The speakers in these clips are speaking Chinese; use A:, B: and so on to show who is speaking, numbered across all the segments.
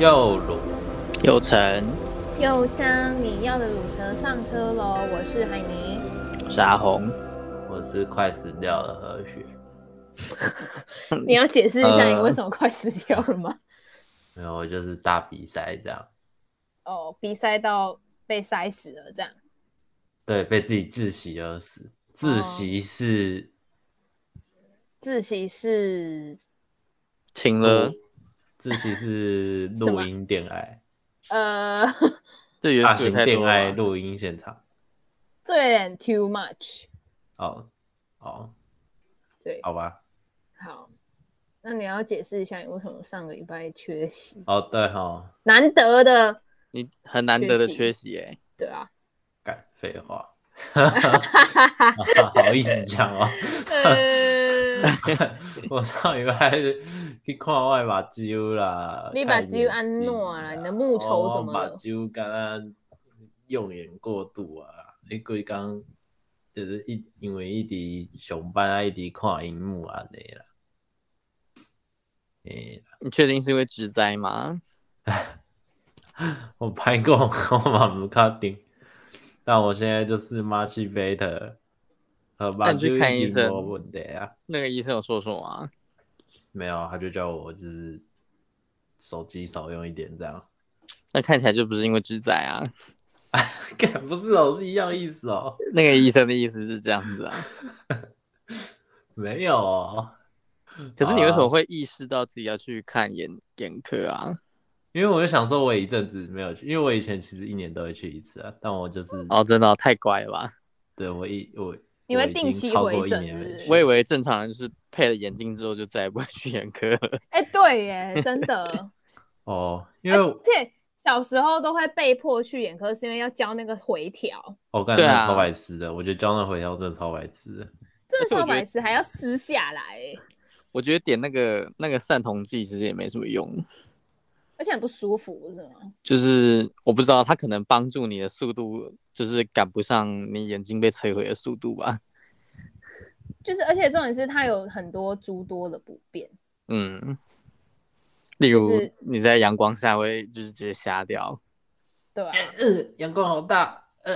A: 又鲁，
B: 右城
C: 右厢你要的乳蛇上车喽！我是海尼，
B: 傻红，
A: 我是快死掉了何雪。
B: 嗯
C: 你要解释一下你
A: 呃
C: 为什么快死掉了吗？
A: 没有，我就是大鼻塞这样，
B: 呃
C: 哦，鼻塞到被塞死了这样。
A: 对，被自己窒息而死。窒息是
C: 自习是
B: 请了，
A: 嗯窒息是
C: 什
A: 录
C: 么
A: 音恋 爱，
C: 呃，
B: 这元
A: 大
B: 素也
A: 型
B: 太
A: 恋
B: 多
A: 爱
B: 了吧。
A: 录音现场。
C: 这有点 too much。
A: 哦，哦，
C: 对，
A: 好吧，
C: 好，那你要解释一下你为什么上个礼拜缺席，
A: 哦，对哈，
C: 难得的，
B: 你很难得的
C: 缺
B: 缺席哎，
C: 对啊，
A: 干废话， 好意思讲哦。
C: 呃，
A: 我上礼拜去看我的目睭啦。
C: 你
A: 看
C: 目睭安怎啦
A: 眼睛
C: 你的目仇怎么了
A: 哦目睭刚刚用眼过度啊，你规工就是一因为一直上班啊，一直看荧幕安尼啦。诶、
B: 你确定是因为植栽吗？
A: 我拍过，我嘛不确定。但我现在就是马戏 Vader，呃，目
B: 那你去看
A: 睭
B: 医
A: 一直
B: 生
A: 没问题啊。
B: 那个医生有说什么啊？
A: 没有，啊他就叫我就是手机少用一点这样。
B: 那看起来就不是因为植栽啊。
A: 干不是哦，是一样意思哦。
B: 那个医生的意思是这样子啊。
A: 没有哦，
B: 可是你为什
A: 好
B: 么
A: 啦
B: 会意识到自己要去看眼眼科啊？
A: 因为我就想说，我有一阵子没有去，因为我以前其实一年都会去一次啊，但我就是
B: 哦，真的哦、太乖了吧！
A: 对我一我
C: 你
A: 我
C: 会
A: 已
C: 定
A: 经
C: 期
A: 超
C: 回
A: 过一
C: 诊
A: 年
C: 是不
A: 没
C: 是
A: 去
B: 我以为正常人就是配了眼镜之后就再也不会去眼科了。
C: 哎、对耶，真的，
A: 哦，因为
B: 哎
C: 而且小时候都会被迫去眼科，是因为要交那个回条，
A: 我感
B: 对
A: 觉
B: 啊
A: 超白痴的，我觉得交那回条真的超白痴的。
C: 真的
B: 而且我
C: 超
B: 觉得
C: 白痴，还要撕下来耶，
B: 我觉得点那个那个散瞳剂其实也没什么用，
C: 而且很不舒服，是吗？
B: 就是我不知道它可能帮助你的速度，就是赶不上你眼睛被摧毁的速度吧。
C: 就是，而且重点是它有很多诸多的不便，
B: 嗯，例如
C: 就是
B: 你在阳光下会就是直接瞎掉，
C: 对啊，
A: 呃，阳光好大，呃，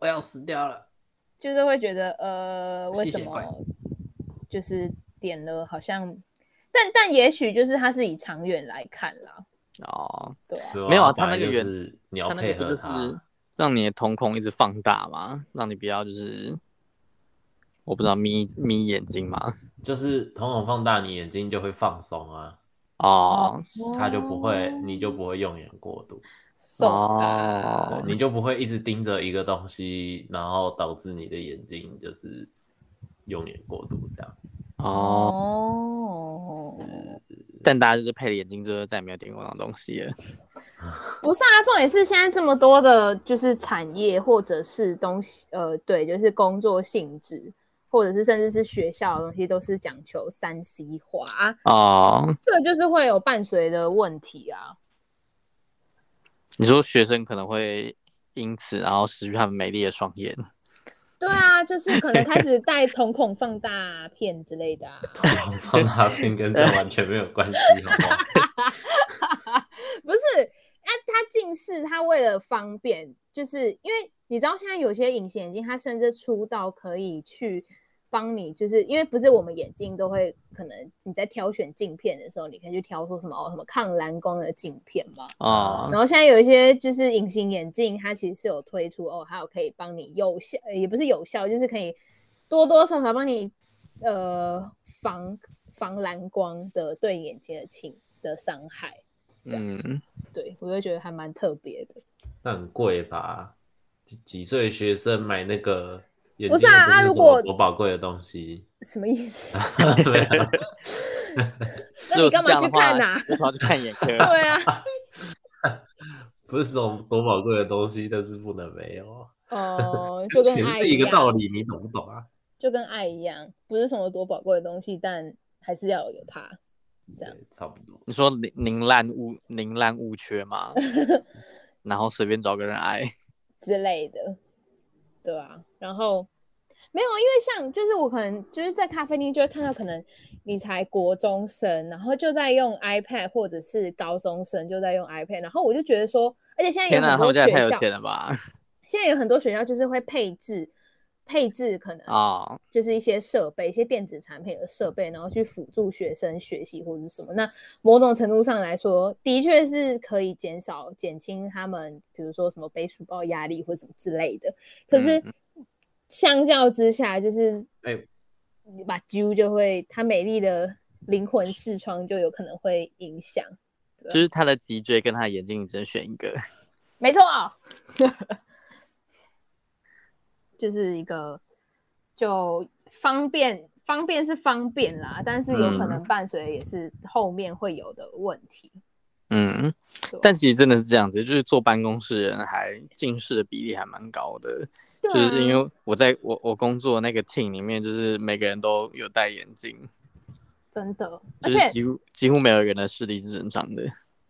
A: 我要死掉了。
C: 就是会觉得呃，为
A: 吸
C: 什
A: 血
C: 么
A: 怪
C: 就是点了好像，但但也许就是它是以长远来看啦，
B: 哦，
C: 对啊，
A: 对
B: 没有啊
A: 本来
B: 他那个
A: 就
B: 圆
A: 是你要
B: 它那个
A: 配
B: 不
A: 合
B: 就是
A: 他，
B: 让你的瞳孔一直放大嘛，让你不要就是我不知道眯眯眼睛嘛，
A: 就是瞳孔放大，你眼睛就会放松啊，
B: 哦，
A: 他就不会，
C: 哦
A: 你就不会用眼过度。
C: 手
A: 对
C: 啊
B: 哦
A: 你就不会一直盯着一个东西，然后导致你的眼睛就是用眼过度这样。
B: 哦，
C: 哦，
B: 但大家就是配了眼镜之后再也没有点过那种东西了。
C: 不是啊，重点是现在这么多的，就是产业或者是东西，呃，对，就是工作性质，或者是甚至是学校的东西，都是讲求三 C 化啊，
B: 哦，
C: 这个就是会有伴随的问题啊。
B: 你说学生可能会因此然后失去他们美丽的双眼，
C: 对啊，就是可能开始戴瞳孔放大片之类的、啊，
A: 放放大片跟这完全没有关系，好不好？
C: 不是？那他近视，他为了方便，就是因为你知道现在有些隐形眼镜，它甚至出到可以去帮你，就是因为不是我们眼镜都会可能你在挑选镜片的时候，你可以去挑出什么哦什么抗蓝光的镜片嘛。
B: 哦
C: 然后现在有一些就是隐形眼镜，它其实是有推出哦，还有可以帮你有效，呃也不是有效，就是可以多多少少帮你呃防防蓝光的对眼睛的侵的伤害。
B: 嗯，
C: 对我就觉得还蛮特别的。
A: 那很贵吧？几几岁学生买那个眼镜
C: 不是啊
A: 又
C: 他
A: 什
C: 如
A: 么
C: 果
A: 多宝贵的东西，
C: 什么意思？
A: 对啊，
C: 那你干嘛去看
B: 呐、
C: 啊？
B: 为什么要去看眼科？
C: 对啊，
A: 不是什么多宝贵的东西，但是不能没有啊。
C: 哦，就跟
A: 钱
C: 爱
A: 是一个
C: 样
A: 道理，你懂不懂啊？
C: 就跟爱一样，不是什么多宝贵的东西，但还是要有它。这样
A: 对，差不多。
B: 你说宁宁滥勿宁滥勿缺嘛，然后随便找个人爱，
C: 之类的，啊对啊，然后没有，因为像就是我可能就是在咖啡厅就会看到，可能你才国中生，然后就在用 iPad，或者是高中生就在用 iPad，然后我就觉得说，而且现在有
B: 天哪，他
C: 很多
B: 们家
C: 学
B: 也太有
C: 校，
B: 钱啊了吧？
C: 现在有很多学校就是会配置配置可能
B: 哦，
C: 就是一些设备、一些电子产品的设备，然后去辅助学生学习或者是什么。那某种程度上来说，的确是可以减少、减轻他们，比如说什么背书包压力或什么之类的。可是
B: 嗯
C: 相较之下，就是
A: 哎、
C: 你把揪就会，她美丽的灵魂视窗就有可能会影响。
B: 就是他的脊椎跟他的眼睛，你只能选一个。
C: 没错， 就是一个就方便，方便是方便啦，但是有可能伴随也是后面会有的问题。
B: 嗯
C: 对，啊
B: 但其实真的是这样子，就是坐办公室的人还近视的比例还蛮高的，
C: 对啊
B: 就是因为我在我我工作那个 team 里面，就是每个人都有戴眼镜，
C: 真的，
B: 就
C: 而
B: 是
C: 且
B: 几乎几乎没有一个人的视力是正常的。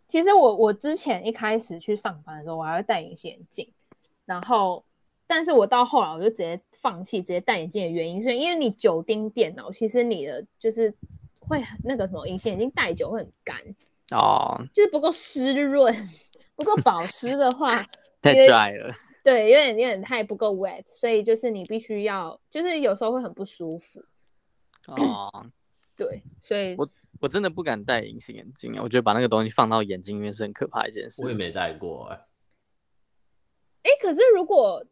C: 其实我我之前一开始去上班的时候，我还会戴隐形眼镜，然后，但是我到后来我就直接放弃直接戴眼镜的原因，是因为你久盯电脑，其实你的就是会很那个什么隐形眼镜戴久会很干，
B: 哦，
C: 就是不够湿润，不够保湿的话，
B: 太
C: 因为
B: dry 了。
C: 对，有点有点太不够 wet，所以就是你必须要，就是有时候会很不舒服，
B: 哦，
C: 对，所以
B: 我真的不敢戴隐形眼镜啊，我觉得把那个东西放到眼睛里面是很可怕的一件事
A: 我。也没戴过哎、
C: 哎，可是如果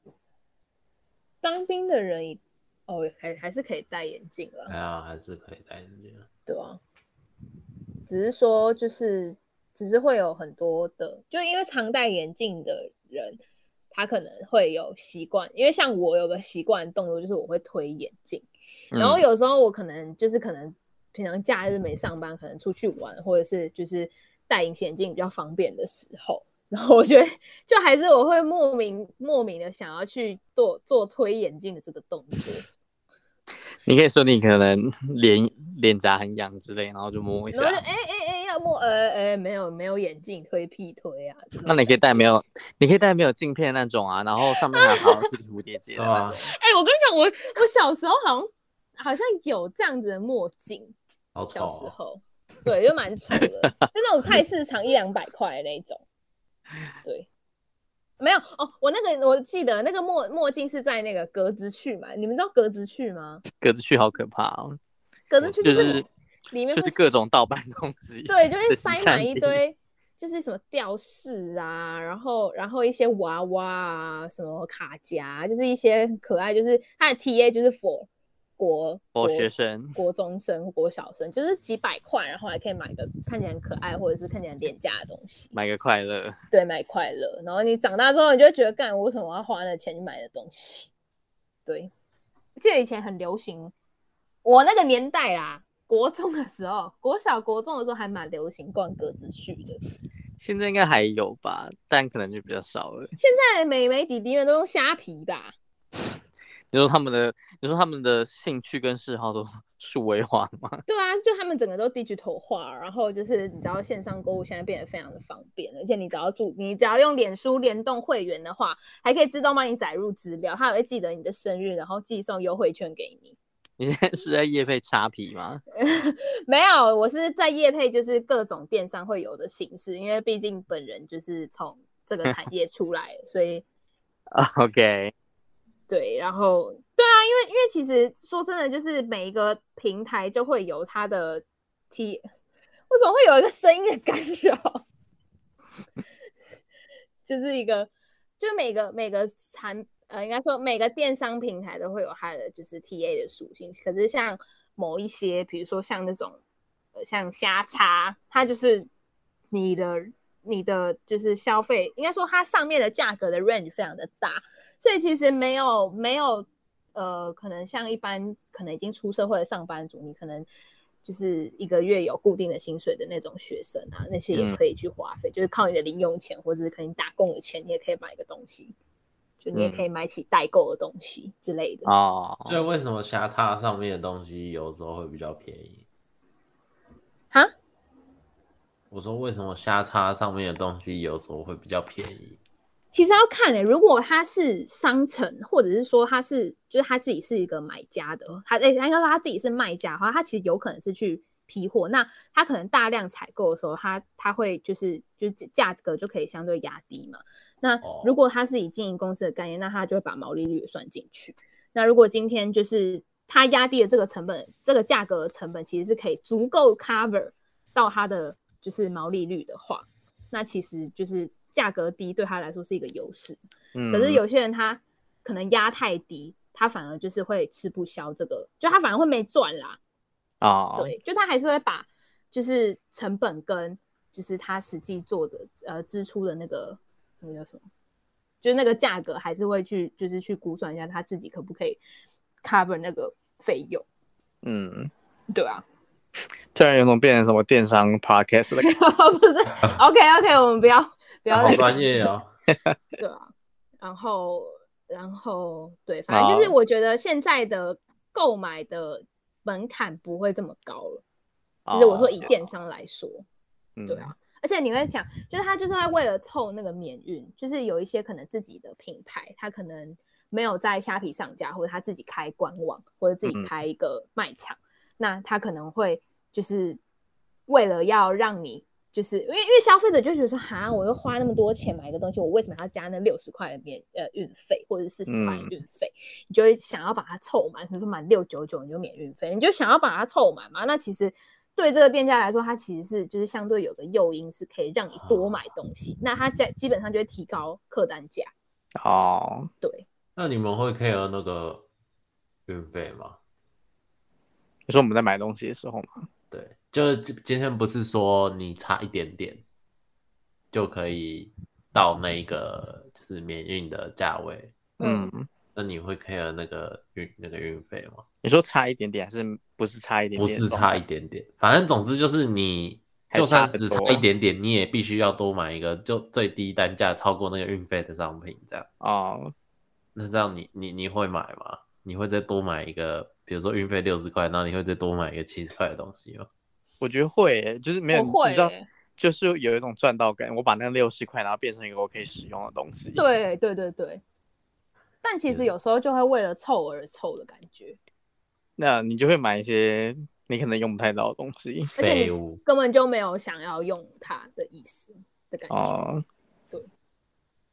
C: 当兵的人也哦，还还是可以戴眼镜了。
A: 哎呀，还是可以戴眼镜。
C: 对啊，只是说就是只是会有很多的，就因为常戴眼镜的人，他可能会有习惯，因为像我有个习惯动作就是我会推眼镜，然后
B: 嗯
C: 有时候我可能就是可能平常假日没上班，可能出去玩或者是就是戴隐形眼镜比较方便的时候。然后我觉得，就还是我会莫名莫名的想要去做做推眼镜的这个动 作，
B: 你可以说你可能脸脸颊很痒之类，然后就摸一下
C: 然后。就哎哎哎，要摸呃呃，没有没有眼镜推屁推啊。这种
B: 那你可以戴没有，你可以戴没有镜片那种啊，然后上面还好像是蝴蝶结的
A: 对
B: 那
A: 啊
B: 种。，
C: 哎、我跟你讲，我我小时候好像好像有这样子的墨镜，
A: 好
C: 小
A: 丑、
C: 时
A: 哦。
C: 候，对，就蛮丑的，就那种菜市场一两百块的那种。对，没有哦，我那个我记得那个墨墨镜是在那个格子去买，你们知道格子去吗？
B: 格子去好可怕哦，
C: 格子去
B: 就
C: 就是
B: 是
C: 里里面
B: 就
C: 会
B: 是各种盗版东西。
C: 对，就
B: 的
C: 会
B: 西
C: 塞
B: 餐
C: 满一
B: 厅
C: 堆，就是什么吊饰啊，然后然后一些娃娃啊，什么卡夹啊，就是一些很可爱，就是它的 TA 就是 for 国
B: 我
C: 国
B: 学生
C: 国中生、国小生，就是几百块，然后还可以买个看起来很可爱或者是看起来很廉价的东西，
B: 买个快乐，
C: 对，买快乐。然后你长大之后，你就会觉得，干，我为什么要花那钱去买的东西？对，我记得以前很流行，我那个年代啦，国中的时候，国小国中的时候还蛮流行逛格子去的。
B: 现在应该还有吧，但可能就比较少了。
C: 现在的美眉弟弟们都用虾皮吧？
B: 你说他们的，你说他们的兴趣跟嗜好都 数位化吗？
C: 对啊，就他们整个都 digital 化，然后就是你知道线上购物现在变得非常的方便，而且你只要注，你只要用脸书联动会员的话，还可以自动帮你载入资料，它还会记得你的生日，然后寄送优惠券给你。
B: 你现在是在夜配插皮吗？
C: 没有，我是在业配，就是各种电商会有的形式，因为毕竟本人就是从这个产业出来，所以
B: 啊，OK，
C: 对，然后对啊，因为因为其实说真的，就是每一个平台就会有它的 T，为什么会有一个声音的干扰？ 就是一个，就每个每个产呃，应该说每个电商平台都会有它的就是 TA 的属性，可是像某一些，比如说像那种呃像虾叉，它就是你的你的就是消费，应该说它上面的价格的 range 非常的大，所以其实没有没有呃，可能像一般可能已经出社会的上班族，你可能就是一个月有固定的薪水的那种学生啊，那些也
B: 嗯
C: 可以去花费，就是靠你的零用钱或者是可能你打工的钱，你也可以买一个东西，就你也可以买起代购的东西之类的。
B: 哦，
A: 所以为什么虾叉上面的东西有时候会比较便宜？
C: 哈，
A: 我说为什么虾叉上面的东西有时候会比较便宜？
C: 其实要看诶、欸如果他是商城，或者是说他是就是他自己是一个买家的，他诶、他应该说他自己是卖家的话，他其实有可能是去批货。那他可能大量采购的时候，他他会就是就是价格就可以相对压低嘛。那
A: 哦
C: 如果他是以经营公司的概念，那他就会把毛利率也算进去。那如果今天就是他压低了这个成本，这个价格的成本其实是可以足够 cover 到他的就是毛利率的话，那其实就是价格低对他来说是一个优势。
B: 嗯，
C: 可是有些人他可能压太低，他反而就是会吃不消这个，就他反而会没赚啦。
B: 啊，
C: 对，就他还是会把就是成本跟就是他实际做的呃支出的那个那个叫什么，就是那个价格还是会去就是去估算一下他自己可不可以 cover 那个费用，
B: 嗯，
C: 对啊，
B: 突然有种变成什么电商 podcast 的感觉。
C: 不是 OK OK，我们不要不要
A: 好
C: 再
A: 专业哦。
C: 对啊，然后然后对，反正就是
B: 好
C: 我觉得现在的购买的门槛不会这么高了，就是我说以电商来说，
B: 哦，
C: 对啊，而且你会想，就是他就是会为了凑那个免运，就是有一些可能自己的品牌，他可能没有在虾皮上架，或者他自己开官网，或者自己
B: 嗯
C: 开一个卖场，那他可能会就是为了要让你。就是因为因为消费者就觉得说，哈，我又花那么多钱买一个东西，我为什么还要加那六十块的免呃运费或者四十块的
B: 嗯
C: 运费？你就会想要把它凑满，比如说满六九九你就免运费，你就想要把它凑满嘛。那其实对这个店家来说，它其实是就是相对有个诱因是可以让你多买东
A: 哦
C: 西，那它价基本上就会提高客单价。
B: 哦，
C: 对，
A: 那你们会 care 那个运费吗？
B: 你说我们在买东西的时候嘛，
A: 对，就是今今天不是说你差一点点就可以到那个就是免运的价位，
C: 嗯
B: 嗯，
A: 那你会 care 那个运那个运费吗？
B: 你说差一点点还是不是差一点点？
A: 不是差一点点，反正总之就是你
B: 还
A: 就算
B: 差很
A: 只差
B: 多啊
A: 一点点，你也必须要多买一个就最低单价超过那个运费的商品，这样。
B: 哦，
A: 那这样你你你会买吗？你会再多买一个，比如说运费六十块，那你会再多买一个七十块的东西吗？
B: 我觉得会耶，就是没有，
C: 我会欸
B: 你知道
C: 耶，
B: 就是有一种赚到感。我把那六十块，然后变成一个我可以使用的东西。，
C: 对对对对。但其
A: 嗯
C: 实有时候就会为了凑而凑的感觉，
B: 那你就会买一些你可能用不太到的东西。
C: 而且你
A: 废物，
C: 根本就没有想要用它的意思的感觉。
B: 哦，
C: 对。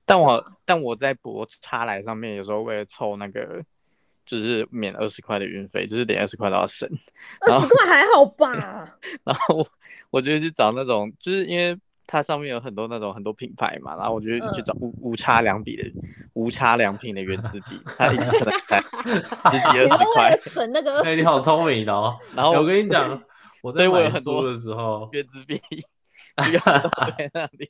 B: 但
C: 啊
B: 我但我在博差来上面，有时候为了凑那个，就是免二十块的运费，就是连二十块都要省。
C: 二十块还好吧？
B: 然后我我就会去找那种，就是因为它上面有很多那种很多品牌嘛，然后我就
C: 嗯
B: 去找无、无差良比的无差良品的原子笔，它一支可能 才十几
C: 你
B: 二
C: 是
B: 十
C: 为
B: 块
C: 了，省那个
A: 哎、你好聪明哦！
B: 然后
A: 我跟你 讲，我
B: 所以
A: 在
B: 我有
A: 买
B: 很多
A: 书的时候，
B: 原子笔不要都在那 里，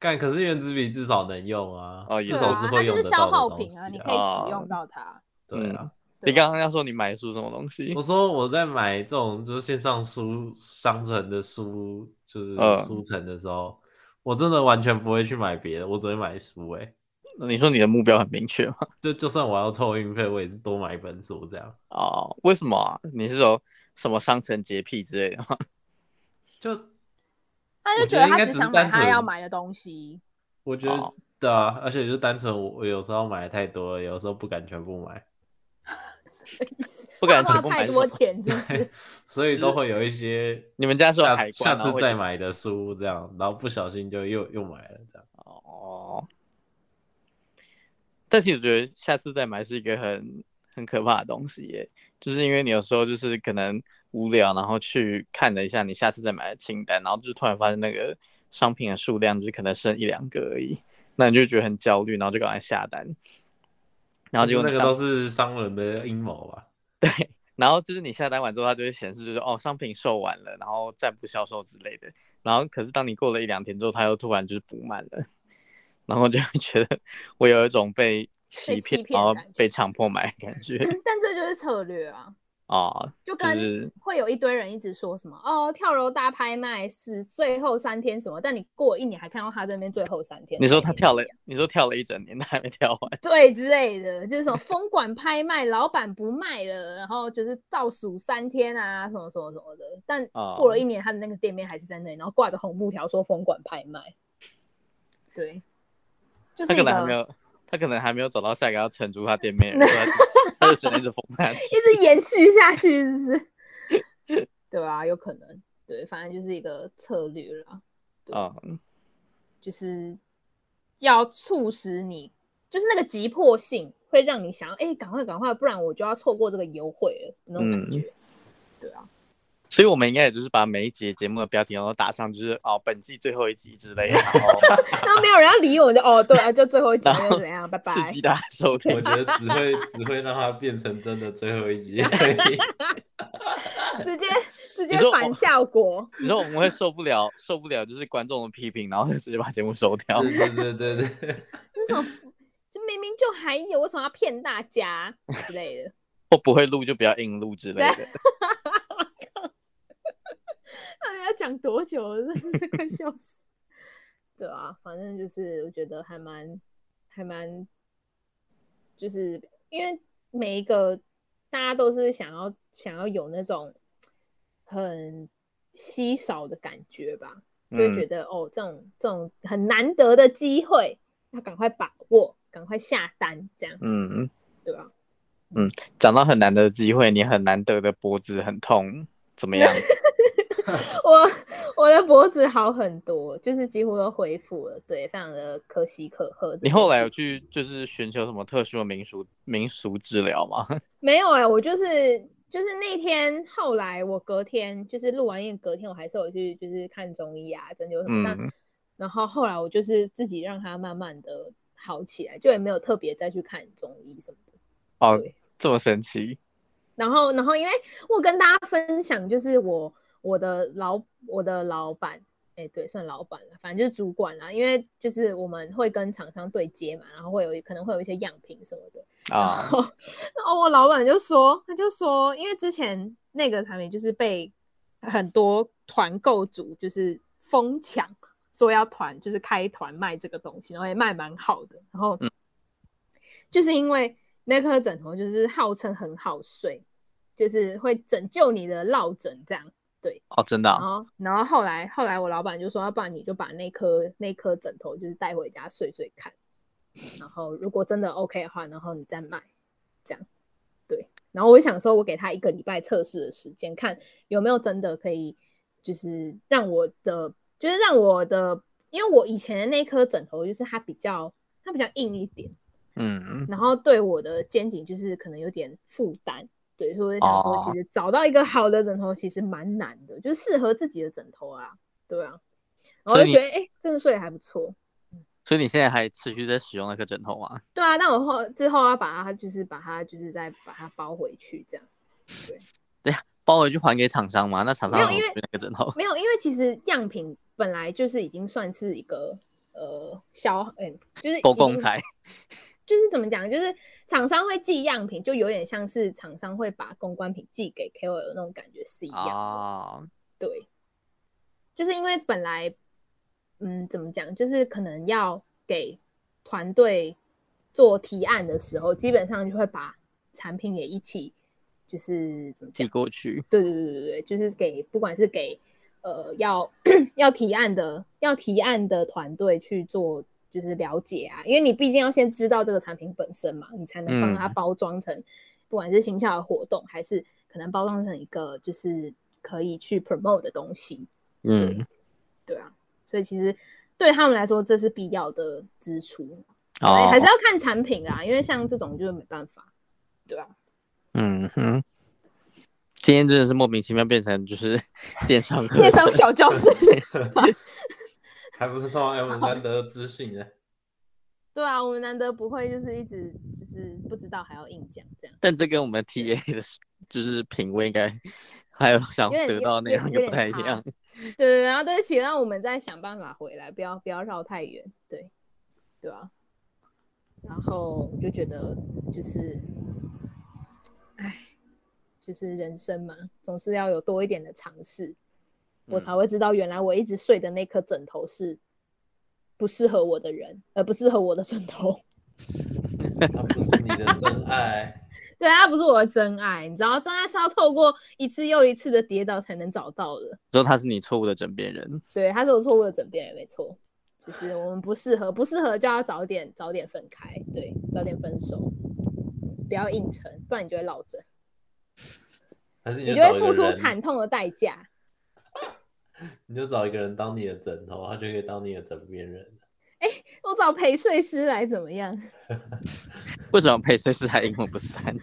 A: 干，可是原子笔至少能用啊，
B: 哦也
A: 至
C: 对
B: 是
A: 少
C: 啊，
A: 是
C: 它
A: 会
C: 就
A: 用
C: 是
A: 得
C: 消
A: 到
C: 耗
A: 的东
C: 品
A: 西
C: 啊，你可以
A: 啊。
C: 嗯使
B: 哦
C: 用到它。
A: 对啊，
B: 你刚刚要说你买书什么东西
A: 我？说我在买这种就是线上书商城的书，就是
B: 嗯
A: 书城的时候，我真的完全不会去买别的，我只会买书、欸。哎，
B: 你说你的目标很明确吗？
A: 就就算我要凑运费，我也是多买一本书这样。
B: 哦，为什么啊？你是有什么商城洁癖之类的吗？
A: 就
C: 他就
A: 我觉
C: 觉得
A: 得应
C: 他
A: 该
C: 只
A: 只是
C: 想买
A: 单
C: 他
A: 纯
C: 要买的东西。
A: 我觉得、
B: 哦
A: 对啊，而且就单纯我我有时候买的太多了，有时候不敢全部买，
B: 不敢
C: 花
B: 全部
C: 太
B: 买
C: 多
B: 书。
C: 钱是 不是？
A: 所以都会有一些
B: 你们家是有
A: 下
B: 海
A: 下
B: 关，
A: 次再
B: 然后会
A: 买的书这样，然后不小心就又又买了这样。
B: 哦，但其实我觉得下次再买是一个很很可怕的东西耶，就是因为你有时候就是可能无聊，然后去看了一下你下次再买的清单，然后就突然发现那个商品的数量就是可能剩一两个而已，那你就觉得很焦虑，然后就赶快下单，然后结果
A: 那
B: 你
A: 个
B: 当
A: 都是商人的阴谋吧？
B: 然后就是你下单完之后，它就会显示就是哦商品售完了，然后暂不销售之类的。然后可是当你过了一两天之后，它又突然就是补满了，然后我就会觉得我有一种被欺
C: 欺
B: 骗，
C: 骗
B: 然后
C: 的感觉
B: 被强迫买的感觉
C: 嗯但这就是策略啊，
B: 哦，
C: 就
B: 就
C: 跟
B: 是
C: 会有一堆人一直说什么哦，跳楼大拍卖是最后三天什么，但你过一年还看到他这边最后三天，
B: 你说
C: 他
B: 他跳了，你说跳了一整年，他还没跳完，
C: 对之类的，就是什么封管拍卖，老板不卖了，然后就是倒数三天啊，什么什么什么的，但
B: 哦
C: 过了一年，他的那个店面还是在那里，然后挂着红布条说封管拍卖。对，就是
B: 他
C: 一
B: 可能还没
C: 个
B: 有，他可能还没有找到下一个要承租他店面 的人，所以他就他就只能一直疯下去。
C: 一直延续下去，是不是？ 对啊，有可能，对，反正就是一个策略啦，
B: 啊、
C: 就是要促使你，就是那个急迫性会让你想要，哎，赶快赶快，不然我就要错过这个优惠了那种感
B: 嗯
C: 觉。对啊，
B: 所以我们应该也就是把每一节节目的标题都打上，就是哦本季最后一集之 类的，然
C: 然后没有人要理我，就哦，对啊，就最后一集
B: 然后
C: 就怎样，拜拜
B: 后。刺激大家收听
A: 我。觉得只会只会让它变成真的最后一 集而已。
C: 直接直接
B: 你说哦
C: 反
B: 我
C: 效果。
B: 你说我们会受不了，受不了就是观众的批评，然后就直接把节目收掉。
A: 对对对对对，
C: 为什么？就明明就还有，为什么要骗 大家之类的？
B: 或不会录就不要硬录之类的。
C: 到底要讲多久？我真的是快笑死。 对啊，反正就是我觉得还蛮还蛮，就是因为每一个大家都是想要想要有那种很稀少的感觉吧， 就会觉
B: 嗯，
C: 得、哦，这种这种很难得的机会，要赶快把握，赶快下单，这样
B: 嗯，
C: 对吧？
B: 讲到很难得的机会，你很难得的脖子很痛，怎么 样？
C: 我我的脖子好很多，就是几乎都恢复了，对，非常的可喜可贺。
B: 你后来有去就是寻求什么特殊的民俗民俗治疗吗？
C: 没有哎、我就是就是那天后来我隔天就是录完音隔天，我还是有去就是看中医啊、针灸什么的。
B: 嗯
C: 然后后来我就是自己让它慢慢的好起来，就也没有特别再去看中医什么的。
B: 哦
C: 对，
B: 这么神奇，
C: 然后，然后因为我跟大家分享，就是我我的老我的老板，哎，对，算老板了，反正就是主管啦。因为就是我们会跟厂商对接嘛，然后会有可能会有一些样品什么的。然
B: 啊，
C: 后，然后我老板就说，他就说，因为之前那个产品就是被很多团购组就是疯抢，说要团就是开团卖这个东西，然后也卖蛮好的。然后，就是因为那颗枕头就是号称很好睡，就是会拯救你的落枕这样。
B: 哦，真的
C: 然
B: 啊，
C: 后，然后后来后来我老板就说，要啊不然你就把那颗那颗枕头就是带回家睡睡看，然后如果真的 OK 的话，然后你再买，这样，对。然后我就想说，我给他一个礼拜测试的时间，看有没有真的可以，就是让我的，就是让我的，因为我以前的那颗枕头就是它比较它比较硬一点，
B: 嗯，
C: 然后对我的肩颈就是可能有点负担，对，所以我就想说，
B: 哦
C: 其实找到一个好的枕头其实蛮难的，就是适合自己的枕头啊，对啊，然后
B: 所
C: 我
B: 以你
C: 就觉得，哎、真的睡得还不错，
B: 所以你现在还持续在使用那颗枕头吗？
C: 对啊，但我后之后要把它就是把它就是再把它包回去这样，
B: 包回去还给厂商吗？那厂商
C: 没有
B: 怎么
C: 因为
B: 处理那个枕头，
C: 没有，因为其实样品本来就是已经算是一个呃消，哎、就是
B: 够
C: 已经
B: 共财，
C: 就是怎么讲，就是厂商会寄样品，就有点像是厂商会把公关品寄给 KOL 那种感觉是一样的。
B: 啊，
C: 对，就是因为本来，嗯，怎么讲，就是可能要给团队做提案的时候，基本上就会把产品也一起，就是怎么
B: 寄
C: 讲？
B: 过去，
C: 对对对对对，就是给不管是给呃要要提案的要提案的团队去做。就是了解啊，因为你毕竟要先知道这个产品本身嘛，你才能帮
B: 嗯
C: 它包装成不管是行销的活动，还是可能包装成一个就是可以去 promote 的东西，
B: 嗯，
C: 对啊，所以其实对他们来说这是必要的支出，哎
B: 哦
C: 还，是要看产品啦，因为像这种就是没办法，对 啊，
B: 嗯哼。今天真的是莫名其妙变成就是 电商课
C: 电商小教室，
A: 还不错，哎，我们难得知性啊。
C: 对啊，我们难得不会就是一直就是不知道还要硬讲这样，
B: 但这跟我们 T A 的，就是品味应该，还有想
C: 有点
B: 得到的内
C: 有
B: 容
C: 有
B: 也不太一
C: 点差
B: 样。
C: 对对，然后对不起，让我们再想办法回来，不要不要绕太远，对，对啊，然后我就觉得就是，哎，就是人生嘛，总是要有多一点的尝试，
B: 嗯
C: 我才会知道原来我一直睡的那颗枕头是不适合我的人，而不适合我的枕头。
A: 他不是你的真爱，
C: 对，啊它不是我的真爱，你知道，真爱是要透过一次又一次的跌倒才能找到的。
B: 说他是你错误的枕边人，
C: 对，他是我错误的枕边人，没错。就是我们不适合，不适合就要早点早点分开，对，早点分手，不要硬撑，不然你就会落枕，
A: 还是你就
C: 你就会
A: 找一
C: 付
A: 个
C: 出
A: 人，
C: 惨痛的代价。
A: 你就找一个人当你的枕头，他就可以当你的枕边人。
C: 我找陪睡师来怎么 样？
B: 为什么陪睡师还阴魂不散？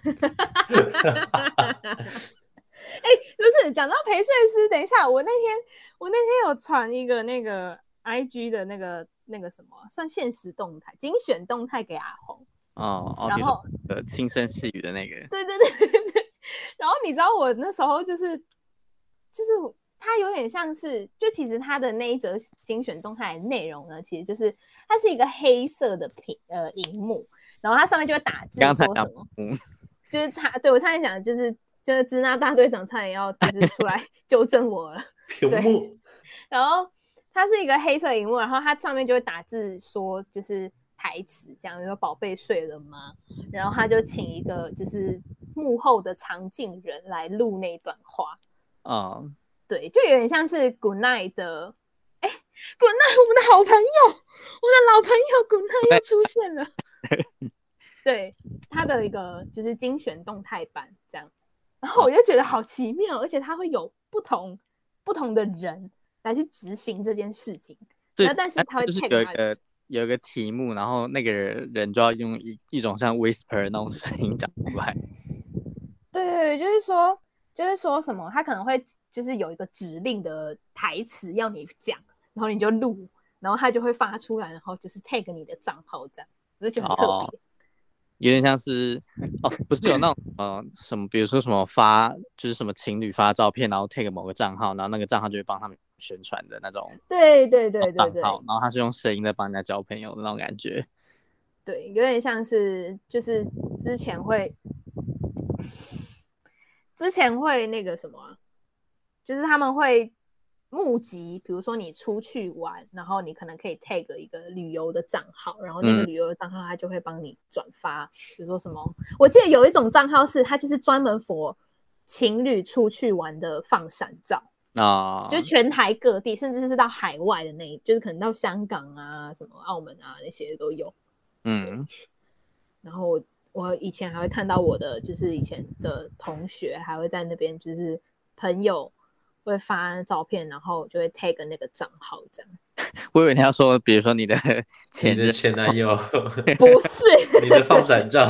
C: 哎就是讲到陪睡师，等一下，我那天我那天有传一个那个 I G 的那个那个什么，算现实动态精选动态给阿红，
B: 哦哦，
C: 然
B: 你
C: 后
B: 说呃轻声细语的那个，
C: 对对对对对，然后你知道我那时候就是就是他有点像是，就其实他的那一则精选动态的内容呢，其实就是它是一个黑色的屏呃荧幕，然后它上面就会打字
B: 刚才
C: 说什
B: 讲
C: 么。
B: 嗯，
C: 就是差，对我差点讲，就是就是支那大队长差点要就是出来 纠正我了。
A: 屏
C: 对
A: 幕
C: 然后它是一个黑色荧幕，然后它上面就会打字说就是台词，这样，比如说“宝贝睡了吗？”然后他就请一个就是幕后的常进人来录那一段话，
B: 哦，
C: 对，就有点像是 Good Night 的，哎，Good Night，我们的好朋友，我的老朋友 Good Night 又出现了，对，他的一个就是精选动态版这样，然后我就觉得好奇妙，而且他会有不同不同的人来去执行这件事情，
B: 对
C: 那，但是他会
B: 就是
C: check
B: 有一
C: 他
B: 个有一个题目，然后那个人就要用一一种像 whisper 那种声音讲出来。
C: 对对对，就是说，就是说什么，他可能会就是有一个指令的台词要你讲，然后你就录，然后他就会发出来，然后就是 tag 你的账号这样，我就觉得很特别。
B: 哦有点像是 哦，不是有那种呃什么，比如说什么发，就是什么情侣发照片，然后 take 某个账号，然后那个账号就会帮他们宣传的那种
C: 对对对对
B: 账
C: 对
B: 号，然后他是用声音在帮人家交朋友的那种感觉。
C: 对，有点像是就是之前会，之前会那个什么啊，就是他们会募集，比如说你出去玩，然后你可能可以 tag 一个旅游的账号，然后那个
B: 嗯
C: 旅游的账号他就会帮你转发，比如说什么，我记得有一种账号是它就是专门 for 情侣出去玩的放闪照。
B: 啊、
C: 就全台各地，甚至是到海外的那一，就是可能到香港啊、什么澳门啊那些都有。
B: 嗯，
C: 然后我我以前还会看到我的，就是以前的同学还会在那边，就是朋友会发照片，然后就会 tag 那个账号这样。
B: 我以为你要说，比如说你的
A: 你
B: 前
A: 的
B: 任，
A: 前男 友，
C: 不是，
A: 你的放闪照，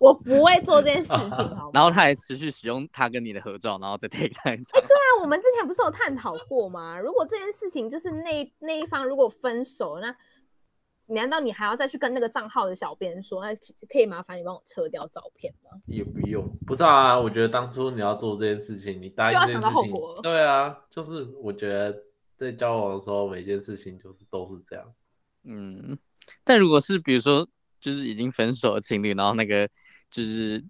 C: 我不会做这件事情，好吗？
B: 然后他还持续使用他跟你的合照，然后再 take 他的账号。
C: 但我们之前不是有探讨过吗？如果这件事情就是那那一方如果分手，那难道你还要再去跟那个账号的小编说，那可以麻烦你帮我撤掉照片吗？
A: 也不用，不是啊？我觉得当初你要做这件事情，你答应
C: 就要
A: 这件
C: 想到
A: 事
C: 后
A: 情
C: 果，
A: 对啊，就是我觉得在交往的时候，每件事情就是都是这样，
B: 嗯，但如果是比如说，就是已经分手的情侣，然后那个就是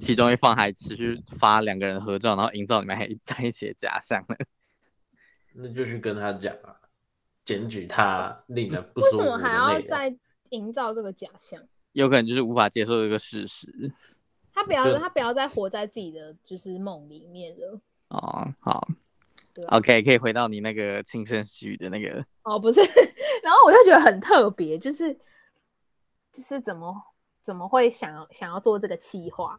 B: 其中一方还持续发两个人合照，然后营造你们还在一起的假象呢？
A: 那就去跟他讲啊，检举他令人不
C: 为
A: 舒
C: 什
A: 服
C: 么
A: 的
C: 还要
A: 内容。
C: 再营造这个假象？
B: 有可能就是无法接受这个事实
C: 他不要
A: 就
C: 他不要再活在自己的就是梦里面了，
B: 哦。好
C: 对吧、
B: ，OK，可以回到你那个轻声细语的那个，
C: 哦，不是，然后我就觉得很特别，就是就是怎么怎么会想要想要做这个企划？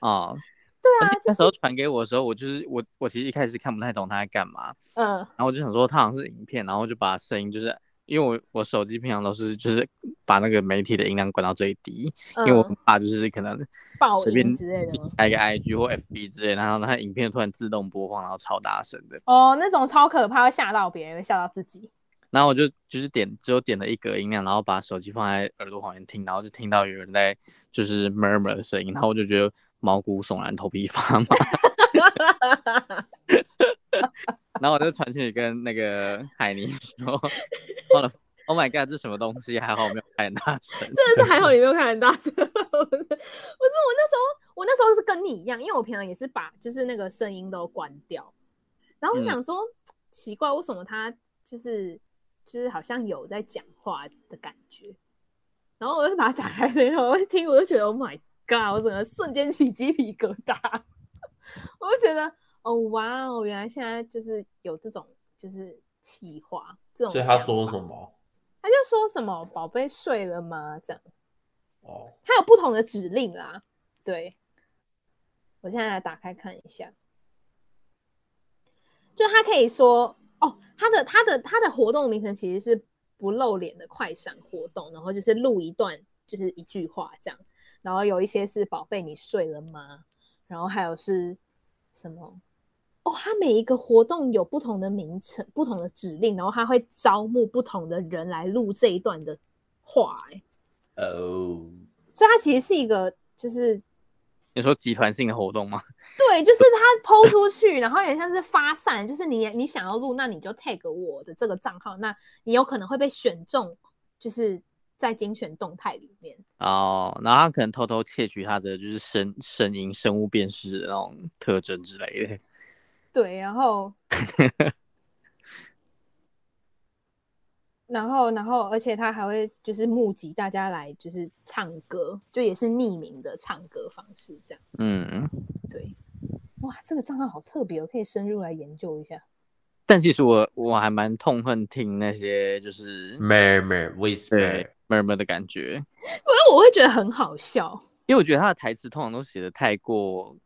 B: 哦，
C: 对
B: 而
C: 啊
B: 且，那时候传给我的时候，我就是我我其实一开始看不太懂他在干嘛，
C: 嗯、
B: 然后我就想说他好像是影片，然后我就把声音就是因为我我手机平常都是就是把那个媒体的音量关到最低，因为我很
C: 嗯，
B: 怕就是可能
C: 爆
B: 随
C: 音
B: 便
C: 之类的吗？
B: 开个 IG 或 FB 之类，然后它影片突然自动播放，然后超大声的，
C: 哦，那种超可怕，会吓到别人，会吓到自己。
B: 然后我就就是点只有点了一格音量，然后把手机放在耳朵旁边听，然后就听到有人在就是 murmur 的声音，然后我就觉得毛骨悚然，头皮发麻， 然后我就传讯息跟那个海尼说，忘了。Oh my god！这什么东西？还好我没有开很大声。
C: 真的是还好你没有看很大声，我 是我那时候我那时候是跟你一样，因为我平常也是把就是那个声音都关掉，然后我
B: 嗯
C: 想说、奇怪，为什么他就是就是好像有在讲话的感觉，然后我就把它打开声音，然后我一听我就觉得 Oh my God！我整个瞬间起鸡皮疙瘩， 我就觉得哦哇哦，原来现在就是有这种就是企划这种，
A: 所以他说什？么？
C: 说什么“宝贝睡了吗”这样，
A: 哦，
C: 它有不同的指令啦。对，我现在来打开看一下，就它可以说哦，它的它的它的活动名称其实是不露脸的快闪活动，然后就是录一段，就是一句话这样，然后有一些是“宝贝，你睡了吗”，然后还有是什么？哦，它每一个活动有不同的名称、不同的指令，然后它会招募不同的人来录这一段的话、欸，
A: 哦，
C: 所以它其实是一个，就是
B: 你说集团性的活动吗？
C: 对，就是它抛出去，然后有点像是发散，就是你你想要录，那你就 tag 我的这个账号，那你有可能会被选中，就是在精选动态里面。
B: 哦，然后他可能偷偷窃取他的就是声声音、生物辨识的那种特征之类的。
C: 对，然 后，然后，然后，而且他还会就是募集大家来就是唱歌，就也是匿名的唱歌方式这样。
B: 嗯，
C: 对，哇，这个账号好特别哦，我可以深入来研究一下。
B: 但其实我我还蛮痛恨听那些就是
A: 嗯，murmur whisper，
B: murmur 的感觉，
C: 不是， 我会觉得很好笑，
B: 因为我觉得他的台词通常都写的太过，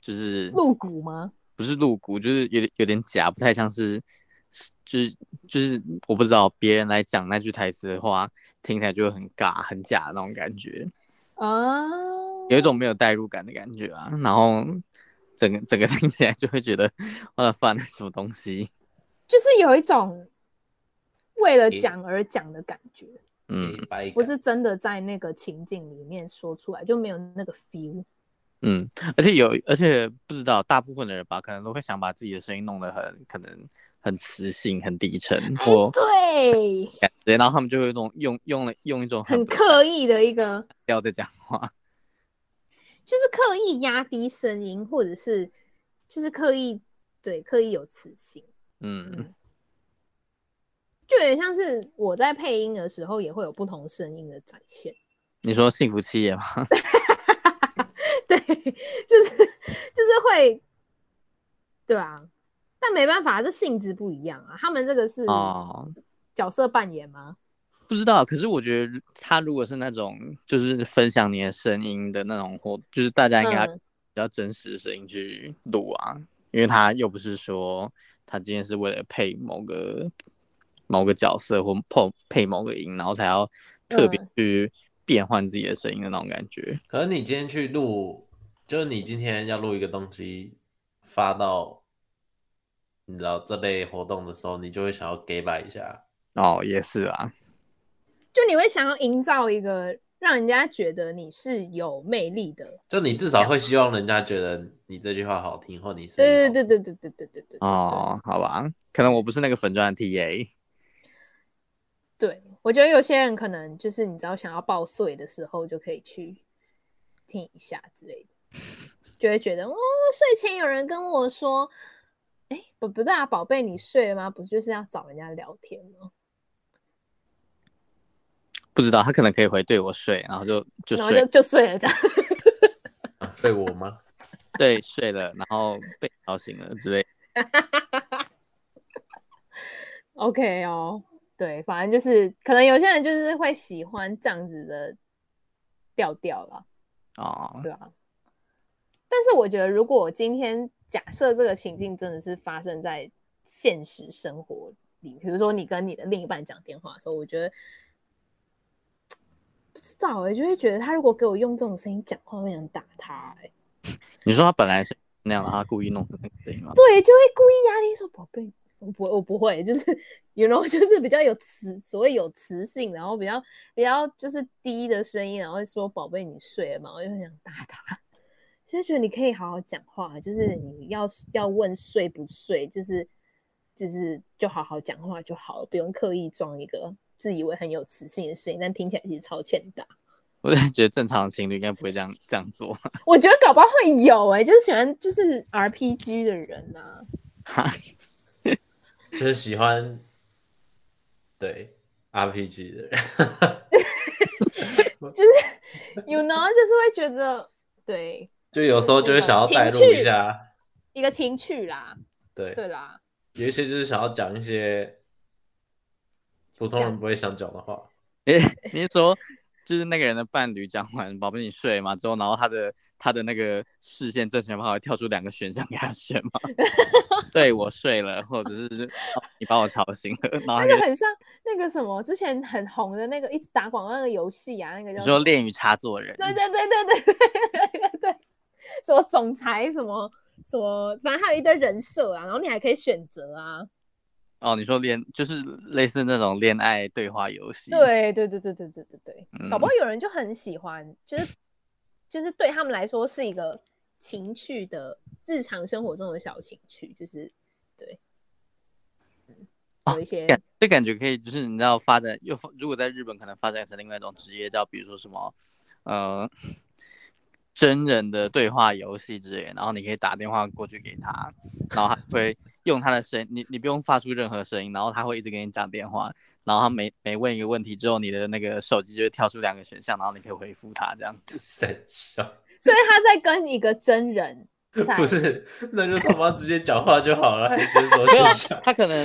B: 就是
C: 露骨吗？
B: 不是露骨，就是有点有点假，不太像是，是就是就是我不知道别人来讲那句台词的话，听起来就会很尬、很假的那种感觉，
C: 啊，
B: 有一种没有代入感的感觉啊。然后整个整个听起来就会觉得 我的饭什么东西，
C: 就是有一种为了
A: 诶
C: 讲而讲的感觉，
B: 嗯
A: 白感
C: 不是真的在那个情境里面说出来，就没有那个 feel。
B: 嗯，而且有而且不知道大部分的人吧，可能都会想把自己的声音弄得很可能很磁性、很低沉
C: 哎
B: 或
C: 对，
B: 感觉，然后他们就会用用用了用一种
C: 很
B: 不
C: 刻意的一个，
B: 调在讲话。
C: 就是刻意压低声音，或者是就是刻意对刻意有磁性，
B: 嗯，
C: 就有点像是我在配音的时候也会有不同声音的展现。
B: 你说幸福企业吗？
C: 对，就是就是会，对啊，但没办法，这性质不一样啊。他们这个是
B: 哦，
C: 角色扮演吗？
B: 不知道。可是我觉得他如果是那种就是分享你的声音的那种活，就是大家应该
C: 嗯
B: 比较真实的声音去录啊，因为他又不是说他今天是为了配某个某个角色或配配某个音，然后才要特别
C: 嗯
B: 去变换自己的声音的那种感觉。
A: 可是你今天去录，就是你今天要录一个东西发到，你知道这类活动的时候，你就会想要给摆一下。
B: 哦，也是啊，
C: 就你会想要营造一个让人家觉得你是有魅力的，
A: 就你至少会希望人家觉得你这句话好听，或你是
C: 对对对对对对对对对对
B: 哦，好吧，可能我不是那个粉钻的 TA。
C: 对，我觉得有些人可能就是你知道想要报税的时候，就可以去听一下之类的，就会觉得哦，睡前有人跟我说，哎，不不是啊，宝贝，你睡了吗？不就是要找人家聊天吗？
B: 不知道，他可能可以回对我睡，然后就就
C: 然
B: 睡
C: 后就就睡了这样。
A: 啊对我吗？
B: 对，睡了，然后被吵醒了之类。
C: OK 哦，对，反正就是可能有些人就是会喜欢这样子的调调啦。
B: 哦，
C: 对啊。但是我觉得，如果我今天假设这个情境真的是发生在现实生活里，比如说你跟你的另一半讲电话的时候，我觉得不知道哎、就会觉得他如果给我用这种声音讲话，我会想打他哎、
B: 你说他本来是那样的，他故意弄成那个声音吗？
C: 对，就会故意压低说宝贝，我不我不会，就是 you know 就是比较有磁，所谓有磁性，然后比较比较就是低的声音，然后会说宝贝你睡了嘛，我就很想打他，就觉得你可以好好讲话，就是你要要问睡不睡，就是就是就好好讲话就好了，不用刻意装一个自以为很有磁性的声音，但听起来其实超欠打。
B: 我是觉得正常的情侣应该不会这样这样做。
C: 我觉得搞不好会有哎、就是喜欢就是 RPG 的人呐、啊。
A: 就是喜欢对 RPG 的人，
C: 就是 you know，就是会觉得对
A: 就有时候就会想要代入一下。
C: 一个情趣啦，
A: 对，
C: 对啦，
A: 有一些就是想要讲一些。普通人不会想讲的话。
B: 你你是说，就是那个人的伴侣讲完“宝贝你睡嘛”之后，然后他的他的那个视线正前方会跳出两个选项给他选吗？ 对我睡了，或者是、哦你把我吵醒了，然后他
C: 那个
B: 就
C: 很像那个什么之前很红的那个一直打广告那个游戏啊，那个
B: 你
C: 叫
B: 说
C: 什么
B: 恋与插座人，
C: 对对对对对对对对，什么总裁什么什么，反正还有一堆人设啊，然后你还可以选择啊。
B: 哦，你说恋就是类似那种恋爱对话游戏，，
C: 对对对对对对对对，搞不
B: 嗯
C: 好有人就很喜欢，就是就是对他们来说是一个情趣的日常生活中的小情趣，就是对，嗯，有一些、
B: 哦感这感觉可以，就是你知道发展又发如果在日本可能发展成另外一种职业，叫比如说什么，呃，真人的对话游戏之类的，然后你可以打电话过去给他，然后他会用他的声音，你你不用发出任何声音，然后他会一直给你讲电话，然后他每每问一个问题之后，你的那个手机就会跳出两个选项，然后你可以回复他这样子。
A: 三小
C: 所以他在跟一个真人在，
A: 不是，那就他妈直接讲话就好了，还选什么选
C: 啊
A: 项？
B: 他可能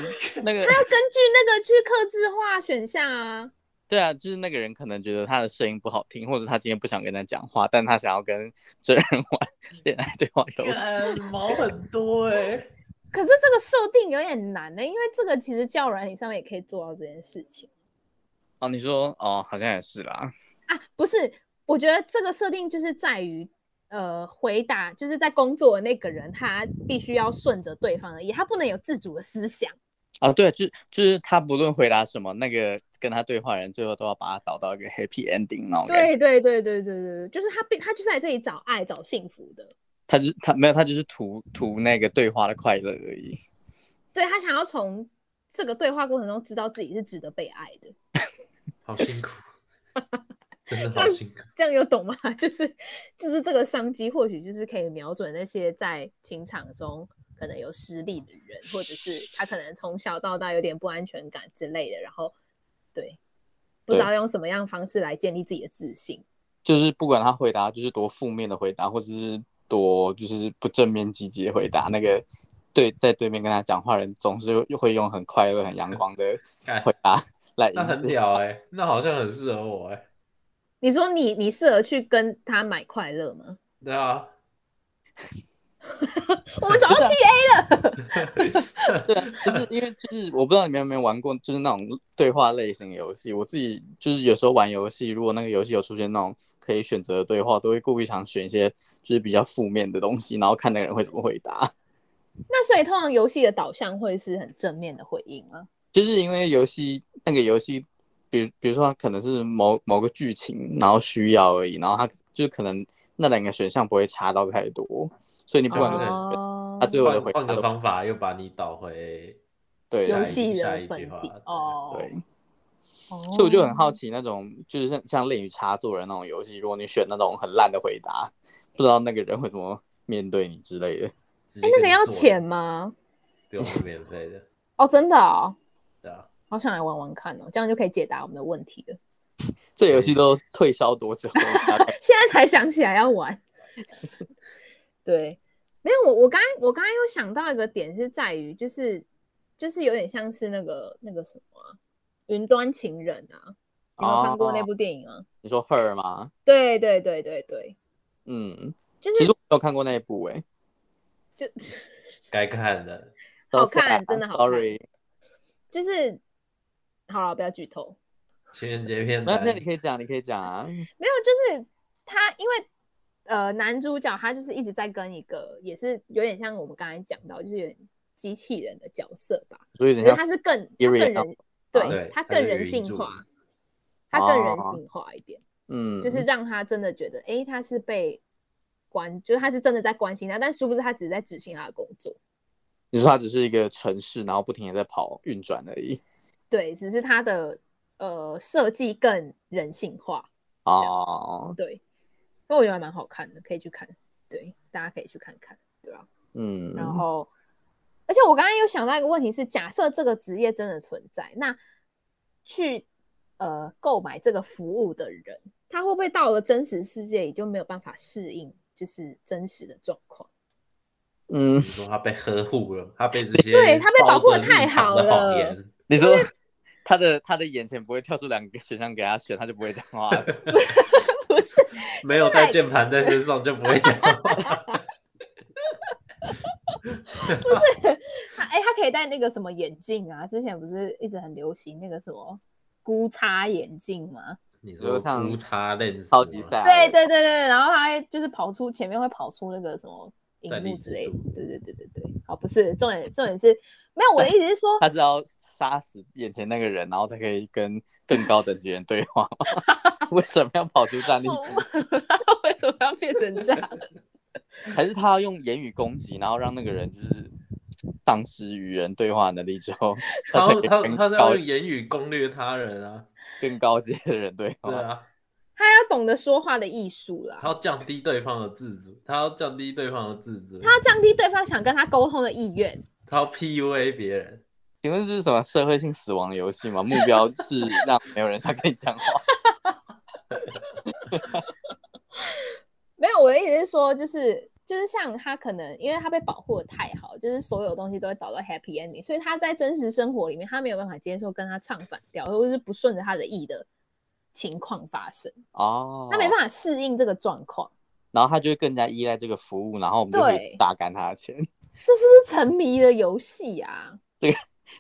B: 那个
C: 他要根据那个去克制化选项啊。
B: 对啊，就是那个人可能觉得他的声音不好听，或者他今天不想跟他讲话，但他想要跟真人玩恋爱对话游戏。
C: 呃
A: 干毛很多哎、
C: 欸可是这个设定有点难呢、因为这个其实教软体上面也可以做到这件事情
B: 哦，你说哦，好像也是啦。
C: 啊。不是，我觉得这个设定就是在于，呃，回答就是在工作的那个人，他必须要顺着对方而已，他不能有自主的思想。
B: 哦，对，就就是他不论回答什么，那个跟他对话人最后都要把他导到一个 happy ending 那种感觉。
C: 对对对对对对，对就是他必他就是来这里找爱、找幸福的。
B: 他就是他没有，他就是图图那个对话的快乐而已。
C: 对他想要从这个对话过程中知道自己是值得被爱的，
A: 好辛 苦，真的好辛苦。
C: 这样有懂吗？ 就是就是这个商机，或许就是可以瞄准那些在情场中可能有失利的人，或者是他可能从小到大有点不安全感之类的，然后对，不知
B: 对
C: 道用什么样的方式来建立自己的自信。
B: 就是不管他回答就是多负面的回答，或者是多就是不正面积极的回答，那个对在对面跟他讲话的人总是会用很快乐、很阳光的
A: 干
B: 回答来
A: 那
B: 迎
A: 很
B: 接。
A: 屌哎、那好像很适合我哎、
C: 你说你你适合去跟他买快乐吗？
A: 对啊，
C: 我们找到 TA，
B: 啊就是因为就是我不知道你们有没有玩过，就是那种对话类型游戏。我自己就是有时候玩游戏，如果那个游戏有出现那种可以选择的对话，都会故意想选一些就是比较负面的东西，然后看那个人会怎么回答。
C: 那所以通常游戏的导向会是很正面的回应吗？
B: 就是因为游戏那个游戏，比如比如说它可能是某某个剧情，然后需要而已，然后它就可能那两个选项不会差到太多，所以你不管那个人、
C: 哦
B: 他最后的
A: 换
B: 回答
A: 换
B: 都
A: 个方法又把你导回
B: 对
A: 下
C: 哦游
A: 一
C: 戏
A: 下
C: 的
A: 一
C: 本
A: 句话
C: 体
A: 对
C: 哦，
B: 对，
C: 哦，
B: 所以我就很好奇那种就是像像恋与插座的那种游戏，如果你选那种很烂的回答，不知道那个人会怎么面对你之类的。
A: 直接，
C: 哎那
A: 跟
C: 个
A: 你
C: 要
A: 做
C: 钱？吗？
A: 不用，是免费的，
C: 哦，真的哦，
A: 对啊。
C: 好想来玩玩看哦，这样就可以解答我们的问题了。
B: 这游戏都退烧多久了？大概
C: 现在才想起来要玩， 对，没有我我刚刚我刚刚又想到一个点是在于，就是就是有点像是那个那个什么啊、云端情人》啊，你有没有看过那
B: 哦
C: 部电影吗？
B: 你说 her 吗？
C: 对对对对对，
B: 嗯，
C: 就
B: 其
C: 是
B: 实我没有看过那一部诶、欸
C: 就
A: 该看的，
C: 好
B: So sad，
C: 看真的好看
B: 啊 Sorry，
C: 就是好了，不要剧透。
A: 情人节片
B: 那
A: 单
B: 这，你可以讲，你可以讲啊。
C: 没有，就是他，因为呃，男主角他就是一直在跟一个，也是有点像我们刚才讲到，就是有点机器人的角色吧，
B: 所以
C: 只
B: 人
C: 是
B: 家
C: 他是更他
B: Siri
C: 更
B: 的
C: 人
B: 那，
C: 对
A: 对
C: 他
A: 他
C: 更
A: 是
C: 人
A: 语音
C: 性
A: 助
C: 化
A: 理，
C: 他更人
B: 哦
C: 性化一点，
B: 嗯，
C: 就是让他真的觉得，诶，他是被关，就是他是真的在关心他，但殊不知他只是在执行他的工作，
B: 你说它只是一个城市，然后不停的在跑运转而已。
C: 对，只是他的呃设计更人性化，
B: 哦，
C: 对，那我觉得还蛮好看的，可以去看，对，大家可以去看看，对啊。
B: 嗯，
C: 然后，而且我刚刚有想到一个问题是，假设这个职业真的存在，那去呃购买这个服务的人，他会不会到了真实世界里就没有办法适应，就是真实的状况？
B: 嗯
A: 你，说他被呵护了，他被这些
C: 对他被保护得太好
A: 包着日常的
C: 了
A: 谎言
B: 你说他的他的眼前不会跳出两个选项给他选，他就不会讲话 了。
C: 不是，
A: 没有带键盘在身上就不会讲话。
C: 他哎、他可以戴那个什么眼镜啊？之前不是一直很流行那个什么孤叉眼镜吗？
A: 你
B: 比如
A: 说
B: 像
A: 无差认识
B: 超级
A: 吗
B: 赛，
C: 对对对对，然后他会就是跑出前面会跑出那个什么荧
A: 战力
C: 幕
A: 指
C: 之类的
A: 数，
C: 对对对对对。好，不是重点，重点是没有我的意思是 说，
B: 他是要杀死眼前那个人，然后才可以跟更高等级人对话吗。 为什么要跑出战力
C: 我
B: 值？
C: 我哦 为什么要变成这样？
B: 还是他要用言语攻击，然后让那个人就是丧失与人对话能力之后，
A: 他
B: 才可以
A: 他
B: 跟
A: 他在
B: 高
A: 用言语攻略他人啊，
B: 更高阶的人对
A: 对
B: 话。
A: 啊，
C: 他要懂得说话的艺术啦，
A: 他要降低对方的自主，他要降低对方的自主，
C: 他要降低对方想跟他沟通的意愿。
A: 他要 PUA 别人，
B: 请问这是什么社会性死亡游戏吗？目标是让没有人想跟你讲话。
C: 没有，我的意思是说，就是就是像他可能因为他被保护的太好，就是所有东西都会导到 happy ending，所以他在真实生活里面，他没有办法接受跟他唱反调，或者是不顺着他的意的情况发生，
B: 哦，
C: 他没办法适应这个状况。
B: 然后他就会更加依赖这个服务，然后我们就可以
C: 对
B: 榨干他的钱。
C: 这是不是沉迷的游戏啊？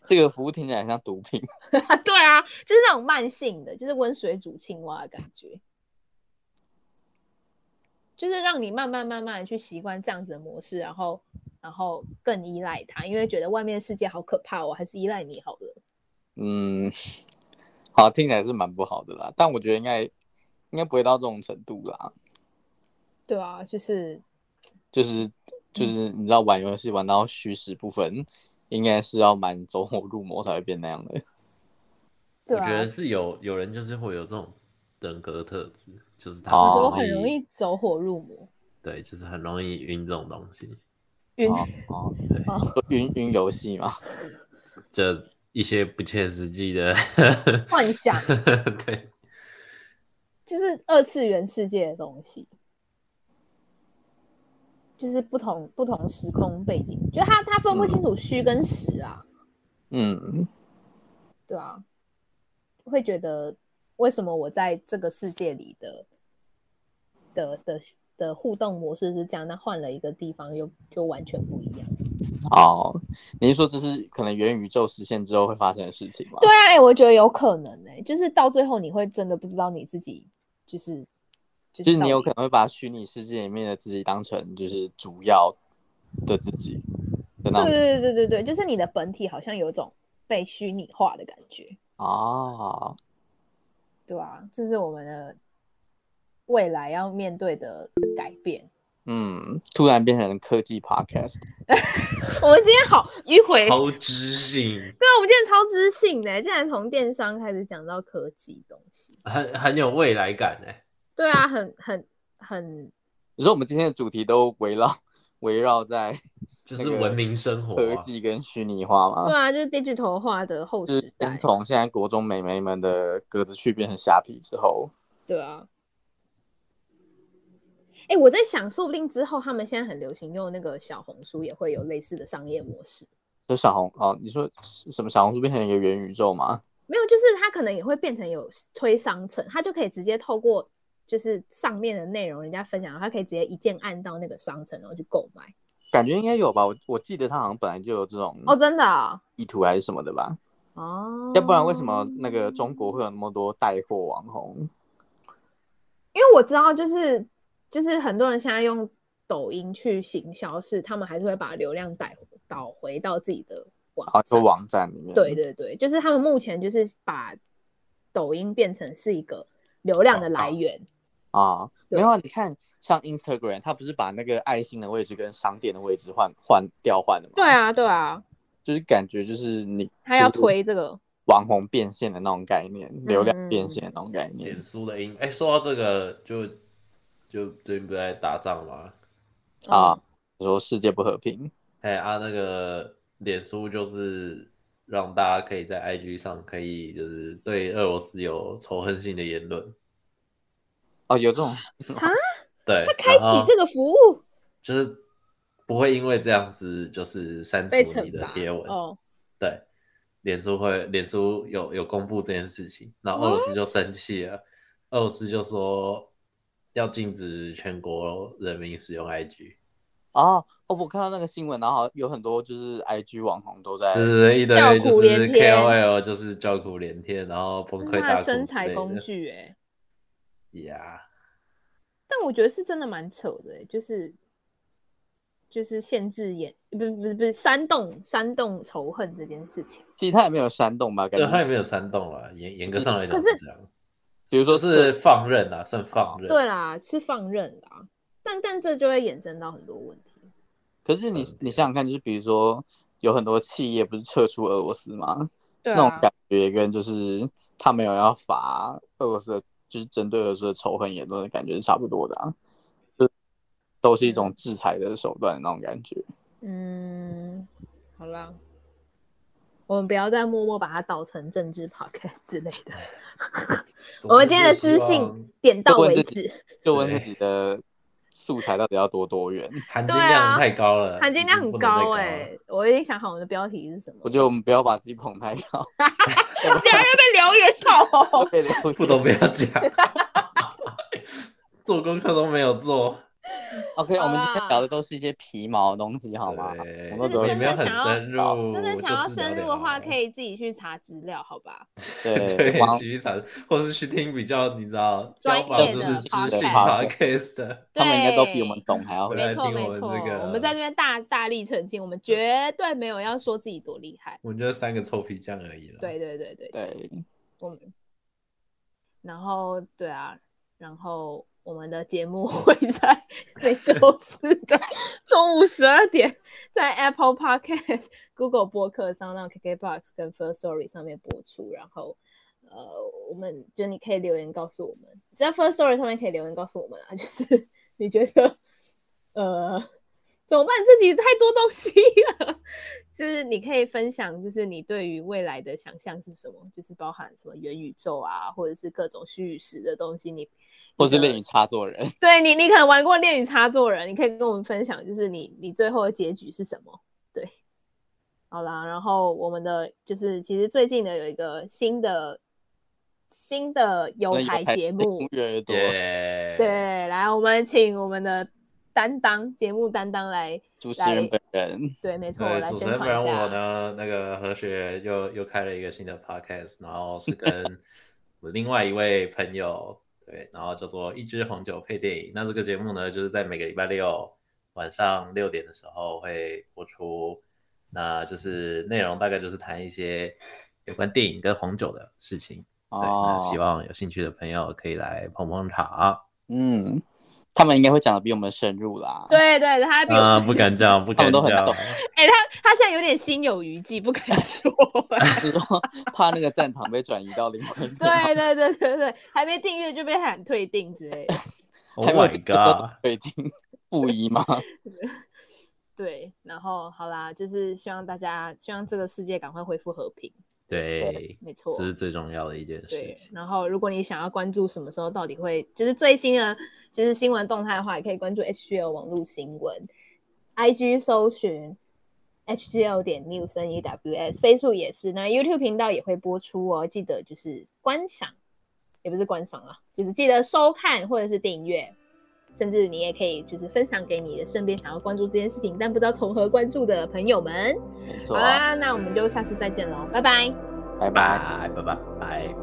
B: 这个服务听起来很像毒品，
C: 对啊，就是那种慢性的，就是温水煮青蛙的感觉，就是让你慢慢慢慢地去习惯这样子的模式，然后然后更依赖它，因为觉得外面的世界好可怕哦，我还是依赖你好了。
B: 嗯，好，听起来是蛮不好的啦。但我觉得应该应该不会到这种程度啦，
C: 对啊，就是
B: 就是
C: 嗯
B: 就是你知道玩游戏玩到虚实部分，应该是要蛮走火入魔才会变那样的。
C: 对
A: 我觉
C: 啊
A: 得，是有有人就是会有这种人格特质，就是他
B: 哦
C: 我
A: 很
C: 觉得
A: 容
C: 很
A: 易
C: 容易走火入魔，
A: 对，就是很容易晕这种东西，
C: 晕。
B: 哦哦
A: 对，
B: 晕晕游戏嘛，
A: 这一些不切实际的
C: 幻想，
A: 对，
C: 就是二次元世界的东西，就是不同不同时空背景，就他他分不
A: 嗯
C: 清楚虚跟实啊。
B: 嗯，
C: 对啊，会觉得为什么我在这个世界里的的的的互动模式是这样，那换了一个地方又就完全不一样。
B: 哦，你是说这是可能元宇宙实现之后会发生的事情吗？
C: 对，啊，哎、我觉得有可能哎、就是到最后你会真的不知道你自己就是就
B: 就是你有
C: 到底
B: 可能会把虚拟世界里面的自己当成就是主要的自己的那种
C: 对对对对对，就是你的本体好像有种被虚拟化的感觉，
B: 啊，
C: 对啊，这是我们的未来要面对的改变。
B: 嗯，突然变成科技 podcast，
C: 我们今天好迂回，
A: 超知性，
C: 对啊，我们今天超知性的，欸竟然从电商开始讲到科技东西。
A: 很很有未来感哎、
C: 对啊，很很很，
B: 你说我们今天的主题都围绕围绕在
A: 就是文明生活、
B: 科
A: 啊，
B: 技跟虚拟化
C: 对
B: 嘛，
C: 啊，就是 digital 化的后
B: 就
C: 时
B: 哦是
C: 代
B: 先。从现在国中美眉们的格子去变成虾皮之后，
C: 对啊。哎、我在想，说不定之后他们现在很流行用那个小红书，也会有类似的商业模式。
B: 就小红哦，你说什么小红书变成一个元宇宙嘛？
C: 没有，就是它可能也会变成有推商城，它就可以直接透过就是上面的内容，人家分享，它可以直接一键按到那个商城，然后去购买。
B: 感觉应该有吧，我我记得它好像本来就有这种
C: 哦，真的啊
B: 意图还是什么的吧，
C: 哦。
B: 嗯要不然为什么那个中国会有那么多带货网红？
C: 因为我知道，就是就是很多人现在用抖音去行销，是他们还是会把流量带导回到自己的网
B: 啊，就
C: 站。
B: 网站里面，
C: 对，对对，就是他们目前就是把抖音变成是一个流量的来源。
B: 啊，
C: 对
B: 没有啊，你看像 Instagram，它不是把那个爱心的位置跟商店的位置换换调换的吗？
C: 对，啊，对啊，
B: 就是感觉就是你
C: 他要
B: 就是
C: 推这个。嗯
B: 网红变现的那种概念，流量变现的那种概念
A: 脸。书的音，哎、说到这个，就就最近不是在打仗吗？
B: 啊
C: 嗯，
B: 你说世界不和平，
A: 哎、啊，那个脸书就是让大家可以在 IG 上可以就是对俄罗斯有仇恨性的言论，
B: 哦，有这种
A: 对，
C: 他开启这
A: 个
C: 个服务
A: 就是不会因为这样子就是删
C: 被
A: 除你
C: 惩
A: 的
C: 罚
A: 贴文，
C: 哦，
A: 对，脸书会脸书有有公布这件事情，然后俄罗斯就生气了，俄罗斯就说要禁止全国人民使用 IG，
B: 哦，哦，我看到那个新闻，然后有很多就是 IG 网红都在
A: 对对对，一堆
C: 叫
A: 就
C: 苦
A: 是
C: 连天
A: KOL 就是叫苦连天，然后崩溃
C: 这是
A: 大
C: 他
A: 哭之
C: 的
A: 类
C: 身
A: 的
C: 材工具哎、
A: 呀
C: 但我觉得是真的蛮扯的欸、就是就是限制言，不是不是不是煽动煽动仇恨这件事情。
B: 其实他也没有煽动吧，感
A: 对，他也
B: 觉，
A: 没有煽动了，严严格上来讲
C: 可是
A: 这样，
B: 比如说
A: 就是放任啊，算放任，
C: 对啦，是放任啦，但但这就会衍生到很多问题。
B: 可是你你想想看，就是比如说有很多企业不是撤出俄罗斯吗？
C: 对啊
B: 那种感觉跟就是他没有要罚俄罗斯的，就是针对俄罗斯的仇恨言论的感觉是差不多的、啊，就都是一种制裁的手段那种感觉。
C: 嗯，好啦，我们不要再默默把它导成政治 podcast 之类的。
A: 总之
C: 我们今天的
A: 就希
C: 知
A: 望
C: 性点到
B: 问
C: 为
B: 自
C: 止，
B: 就问自己的素材到底要多多远？
A: 含金
C: 对啊
A: 量太高了，
C: 含金量很
A: 不能再
C: 高哎、
A: 了
C: 我已经想好我们的标题是什么，
B: 我觉得我们不要把自己捧太高，
C: 等一下又被留言到、哦
B: 被留言
A: 不都不要讲，做功课都没有做，
B: OK，
C: 好
B: 我们今
C: 啦
B: 天聊的都是一些皮毛的东西，好吗？
A: 对
B: 我们都
A: 也
B: 走
A: 没有很
C: 真的想要
A: 深入，
C: 真的想要深入的话，可
A: 以
C: 以自己去查资料，好吧？
A: 对
B: 往
A: 继续查，或是去听比较你知道
C: 专业
A: 要不然
B: 的
A: 就是知
B: podcast
A: 性 podcast 的，
B: 他们应该都比
C: 对
B: 我们懂还要
A: 对
B: 会。
A: 来
C: 没错
A: 听我
C: 没
A: 们
C: 错，
A: 这个
C: 我们在这边大大力澄清，我们绝对没有要说自己多厉害。
A: 我们就三个臭皮匠而已了。
C: 对对对对，
B: 对，
C: 我们，然后对啊，然后我们的节目 会在每周四的中午十二点，在 Apple Podcast、Google 播客上、让 KKBox 跟 First Story 上面播出。然后，呃，我们就你可以留言告诉我们，在 First Story 上面可以留言告诉我们啊，就是 你觉得，呃。怎么办？这集太多东西了，就是你可以分享，就是你对于未来的想象是什么，就是包含什么元宇宙啊，或者是各种虚拟实的东西，你
B: 或是
C: 你的
B: 恋与插座人，
C: 对你，你可能玩过《恋与插座人》，你可以跟我们分享，就是你你最后的结局是什么？对，好啦，然后我们的就是其实最近的有一个新的新的有
B: 那
C: 台节目，
B: 越来越多。
A: 耶，
C: 对，来我们请我们的担当节目担当来，
B: 主持人本人，
C: 对，没错，
A: 对，
C: 来
A: 主持
C: 宣
A: 人本
C: 传
A: 人
C: 一
A: 我
C: 下。
A: 呢，那个何雪又又开了一个新的 podcast，然后是跟我另外一位朋友，对，然后叫做一支红酒配电影。那这个节目呢，就是在每个礼拜六晚上六点的时候会播出，那就是内容大概就是谈一些有关电影跟红酒的事情。对，那
B: 哦，
A: 希望有兴趣的朋友可以来捧捧场。
B: 嗯，他们应该会讲的比我们深入啦。，
C: 对对，他比我
A: 啊、不敢这样，不
B: 他
A: 敢
B: 们都
A: 这
B: 很
A: 样。
B: 懂，
C: 哎、他他现在有点心有余悸，不敢说。
B: 就是 说怕那个战场被转移到另外一边。
C: 对对对对对，还没订阅就被喊退订之类的。
A: Oh
B: 还没有
A: my
B: 听说
A: god！
B: 北京 不宜吗？
C: 对，然后好啦，就是希望大家，希望这个世界赶快恢复和平，
A: 对，
C: 没错
A: 这。是最重要的一件事
C: 对，
A: 情。
C: 然后如果你想要关注什么时候到底会，就是最新的，就是新闻动态的话，也可以关注 HGL 网络新闻，IG 搜寻 HGL 点 news n e w s，Facebook 也是，那 YouTube 频道也会播出哦，记得就是观赏，也不是观赏啦，就是记得收看或者是订阅。甚至你也可以就是分享给你的身边想要关注这件事情，但不知道从何关注的朋友们。
B: 没
C: 好
B: 错啊，
C: 啦，那我们就下次再见喽，拜拜。
B: 拜拜。
A: 拜拜拜拜。